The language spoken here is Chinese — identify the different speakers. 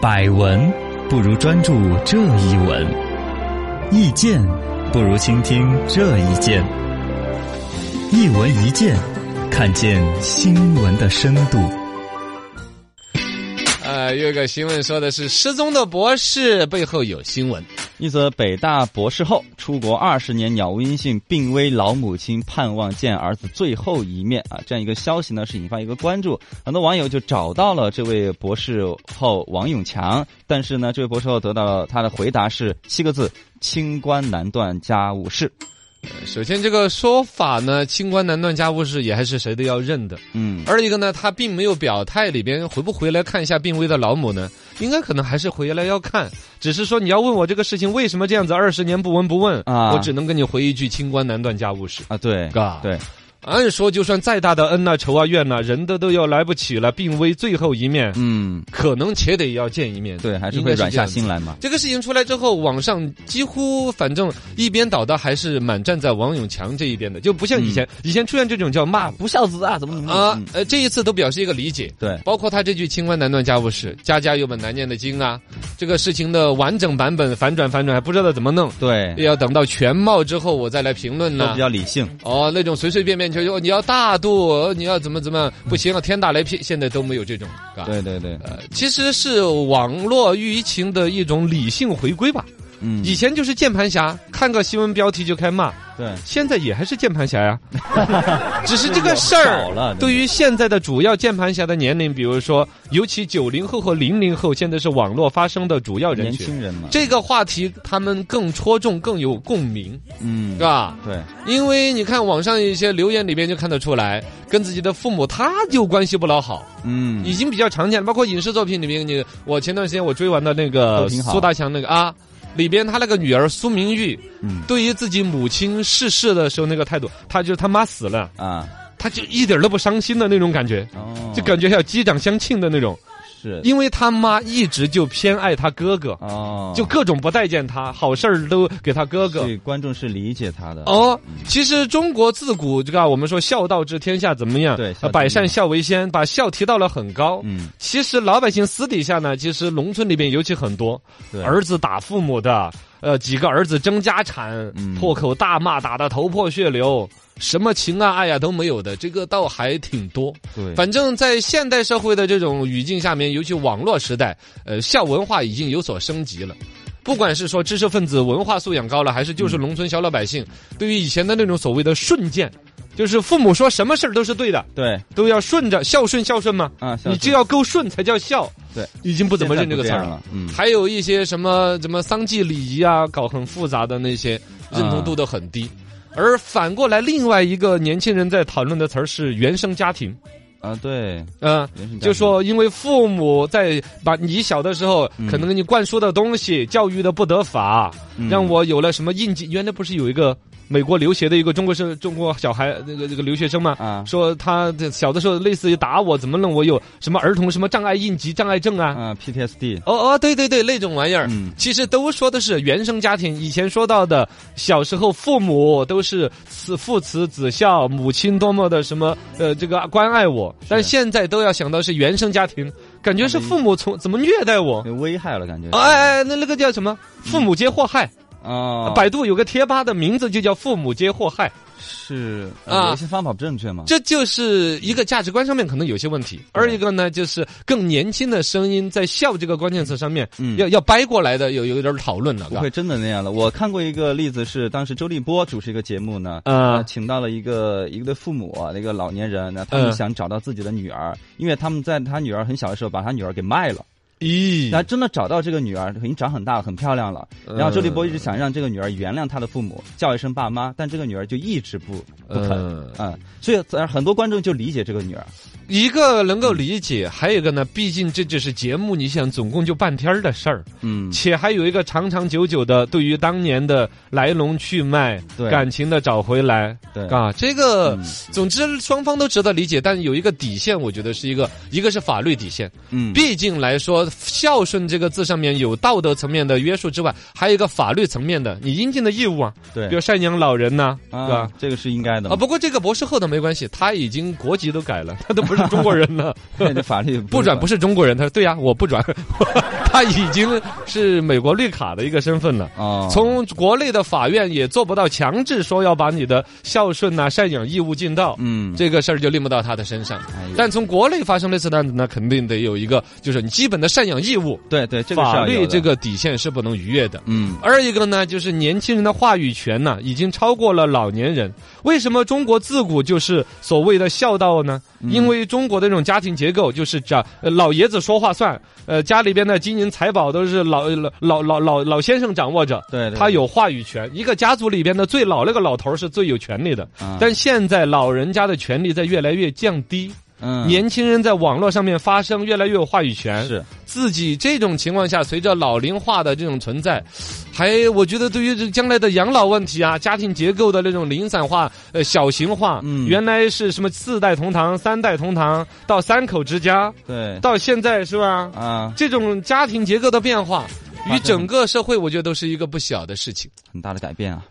Speaker 1: 百闻不如专注这一闻，意见不如倾听这一见。一闻一见，看见新闻的深度。
Speaker 2: 呃，有一个新闻说的是失踪的博士背后有新闻，
Speaker 3: 一则北大博士后出国二十年杳无音信，病危老母亲盼望见儿子最后一面啊，这样一个消息呢是引发一个关注，很多网友就找到了这位博士后王永强，但是呢，这位博士后得到了他的回答是七个字：清官难断家务事。
Speaker 2: 呃首先这个说法呢，清官难断家务事，也还是谁都要认的。
Speaker 3: 嗯，
Speaker 2: 二一个呢，他并没有表态，里边回不回来看一下病危的老母呢？应该可能还是回来要看，只是说你要问我这个事情为什么这样子二十年不闻不问
Speaker 3: 啊
Speaker 2: 我只能跟你回一句清官难断家务事。
Speaker 3: 啊，对，
Speaker 2: 嘎
Speaker 3: 对，
Speaker 2: 按说就算再大的恩呐、仇啊、怨呐、人的都要来不起了，病危最后一面，
Speaker 3: 嗯，
Speaker 2: 可能且得要见一面。
Speaker 3: 对，还是
Speaker 2: 应
Speaker 3: 会
Speaker 2: 该
Speaker 3: 软
Speaker 2: 这样
Speaker 3: 下
Speaker 2: 子
Speaker 3: 心来嘛。
Speaker 2: 这个事情出来之后，网上几乎反正一边倒的还是蛮站在王永强这一边的，就不像以前，以前出现这种叫骂
Speaker 3: 不孝子啊，怎么怎么
Speaker 2: 啊
Speaker 3: 嗯，
Speaker 2: 呃，这一次都表示一个理解。
Speaker 3: 对，
Speaker 2: 包括他这句“清官难断家务事，家家有本难念的经”啊，这个事情的完整版本反转反转还不知道怎么弄，
Speaker 3: 对，
Speaker 2: 要等到全貌之后我再来评论
Speaker 3: 都
Speaker 2: 呢
Speaker 3: 比。较理性。
Speaker 2: 哦，那种随随便便就说你要大度，哦你要怎么怎么不行，天打雷劈，现在都没有这种，是吧？
Speaker 3: 对对对，
Speaker 2: 呃，其实是网络舆情的一种理性回归吧。
Speaker 3: 嗯，
Speaker 2: 以前就是键盘侠，看个新闻标题就开骂，
Speaker 3: 对，
Speaker 2: 现在也还是键盘侠呀。 只是这个事儿
Speaker 3: 少 了，
Speaker 2: 对于现在的主要键盘侠的年龄，比如说，尤其九零后和零零后，现在是网络发声的主要人
Speaker 3: 年
Speaker 2: 群。
Speaker 3: 轻人嘛，
Speaker 2: 这个话题他们更戳中，更有共鸣，
Speaker 3: 嗯
Speaker 2: 是，吧？
Speaker 3: 对，
Speaker 2: 因为你看网上一些留言里边就看得出来，跟自己的父母他就关系不老好，
Speaker 3: 嗯，
Speaker 2: 已经比较常见了。包括影视作品里面，你我前段时间我追完的那个
Speaker 3: 都挺好
Speaker 2: 苏大强那个啊，里边他那个女儿苏明玉，
Speaker 3: 嗯
Speaker 2: 对于自己母亲逝世的时候那个态度，他就他妈死了，
Speaker 3: 啊，
Speaker 2: 他就一点儿都不伤心的那种感觉。
Speaker 3: 哦，
Speaker 2: 就感觉要击掌相庆的那种，
Speaker 3: 是
Speaker 2: 因为他妈一直就偏爱他哥哥，
Speaker 3: 哦，
Speaker 2: 就各种不待见他，好事儿都给他哥哥
Speaker 3: 所。以观众是理解他的，
Speaker 2: 哦，其实中国自古这个啊我们说孝道治天下怎么样？
Speaker 3: 对
Speaker 2: 呃
Speaker 3: 孝道
Speaker 2: 百善孝为先，把孝提到了很高。
Speaker 3: 嗯，
Speaker 2: 其实老百姓私底下呢，其实农村里边尤其很多，
Speaker 3: 对，
Speaker 2: 儿子打父母的，呃，几个儿子争家产，
Speaker 3: 嗯
Speaker 2: 破口大骂，打得头破血流，什么情啊爱呀、都没有的，这个倒还挺多。
Speaker 3: 对，
Speaker 2: 反正，在现代社会的这种语境下面，尤其网络时代，呃，孝文化已经有所升级了。不管是说知识分子文化素养高了，还是
Speaker 3: 嗯
Speaker 2: 就是农村小老百姓，对于以前的那种所谓的顺见，就是父母说什么事儿都是对的，
Speaker 3: 对
Speaker 2: 都要顺着孝顺孝顺嘛，
Speaker 3: 啊，
Speaker 2: 你就要够顺才叫孝。
Speaker 3: 对，
Speaker 2: 已经
Speaker 3: 不
Speaker 2: 不怎么认这个词儿了。
Speaker 3: 了，嗯，
Speaker 2: 还有一些什么什么丧祭礼仪啊，搞很复杂的那些，认同度都很低。
Speaker 3: 嗯
Speaker 2: 而反过来，另外一个年轻人在讨论的词儿是原生家庭，
Speaker 3: 啊，对，原
Speaker 2: 嗯、
Speaker 3: 生家庭
Speaker 2: 就说因为父母在把你小的时候可能给你灌输的东西、教育的不得法，
Speaker 3: 嗯
Speaker 2: 让我有了什么印记。原来不是有一个美国留学的一个中国生中国小孩那个那个留学生吗？
Speaker 3: 啊
Speaker 2: 说他的小的时候类似于打我，怎么弄我有什么儿童什么障碍应急障碍症啊？
Speaker 3: 啊 PTSD，
Speaker 2: 哦哦，对对对，那种玩意儿，
Speaker 3: 嗯
Speaker 2: 其实都说的是原生家庭。以前说到的，小时候父母都是慈父慈子孝，母亲多么的什么呃，这个关爱我，但现在都要想到是原生家庭，感觉是父母从怎么虐待我。
Speaker 3: 被危害了感觉，
Speaker 2: 哦哎哎，哎那那个叫什么？父母皆祸害。
Speaker 3: 嗯啊，
Speaker 2: 百度有个贴吧的名字就叫“父母皆祸害
Speaker 3: 是
Speaker 2: 啊
Speaker 3: 啊，有一些方法不正确”，嘛，
Speaker 2: 这就是一个价值观上面可能有些问题。二一个呢，就是更年轻的声音在“孝”这个关键词上面，
Speaker 3: 嗯
Speaker 2: 要要掰过来的，有有点讨论了。
Speaker 3: 不会真的那样了。我看过一个例子是，当时周立波主持一个节目呢，
Speaker 2: 啊
Speaker 3: 啊，请到了一个一个的父母啊，那个老年人，那他们
Speaker 2: 嗯
Speaker 3: 想找到自己的女儿，因为他们在他女儿很小的时候把他女儿给卖了，
Speaker 2: 咦呃
Speaker 3: 然后真的找到这个女儿，已经长很大了，很漂亮了。
Speaker 2: 嗯
Speaker 3: 然后周立波一直想让这个女儿原谅他的父母，叫一声爸妈，但这个女儿就一直不不肯。
Speaker 2: 嗯
Speaker 3: 嗯，所以呃很多观众就理解这个女儿，
Speaker 2: 一个能够理解，还有一个呢，毕竟这只是节目，你想总共就半天儿的事儿，
Speaker 3: 嗯，
Speaker 2: 且还有一个长长久久的对于当年的来龙去脉、
Speaker 3: 对
Speaker 2: 感情的找回来，
Speaker 3: 对，
Speaker 2: 啊，这个
Speaker 3: 嗯
Speaker 2: 总之双方都值得理解，但有一个底线，我觉得是一个，一个是法律底线，
Speaker 3: 嗯，
Speaker 2: 毕竟来说，孝顺这个字上面有道德层面的约束之外，还有一个法律层面的你应尽的义务啊，
Speaker 3: 对
Speaker 2: 比如赡养老人呐、对吧
Speaker 3: 啊？，这个是应该的
Speaker 2: 啊，不过这个博士后的没关系，他已经国籍都 改了，他都不是中国人了。
Speaker 3: 不，这法律 啊
Speaker 2: 不转不
Speaker 3: 是
Speaker 2: 是中国人，他说对呀、我不转， 他已经是美国绿卡的一个身份了。
Speaker 3: 哦，
Speaker 2: 从国内的法院也做不到强制说要把你的孝顺呐、赡养义务尽到，
Speaker 3: 嗯，
Speaker 2: 这个事儿就拎不到他的身上
Speaker 3: 哎呀。
Speaker 2: 但从国内发生类似的案子，那肯定得有一个，就是你基本的赡养义务，
Speaker 3: 对对，这个是
Speaker 2: 法
Speaker 3: 要有
Speaker 2: 律
Speaker 3: 的
Speaker 2: 这，个底线是不能逾越的。
Speaker 3: 嗯，
Speaker 2: 二一个呢，就是年轻人的话语权呢，已经超过了老年人。为什么中国自古就是所谓的孝道呢？
Speaker 3: 嗯
Speaker 2: 因为中国的这种家庭结构就是这、呃、老爷子说话算，呃，家里边的金银财宝都是老老老老老老先生掌握着，
Speaker 3: 对对，
Speaker 2: 他有话语权。一个家族里边的最老那个老头儿是最有权利的，
Speaker 3: 啊，
Speaker 2: 但现在老人家的权利在越来越降低，
Speaker 3: 嗯
Speaker 2: 年轻人在网络上面发声越来越有话语权。
Speaker 3: 是
Speaker 2: 自己这种情况下，随着老龄化的这种存在，还我觉得对于这将来的养老问题啊，家庭结构的那种零散化、呃小型化，
Speaker 3: 嗯
Speaker 2: 原来是什么四代同堂、三代同堂，到三口之家，
Speaker 3: 对
Speaker 2: 到现在是吧？
Speaker 3: 啊，
Speaker 2: 这种家庭结构的变化，
Speaker 3: 发
Speaker 2: 与
Speaker 3: 生
Speaker 2: 整个社会，我觉得都是一个不小的事情。
Speaker 3: 很大的改变啊。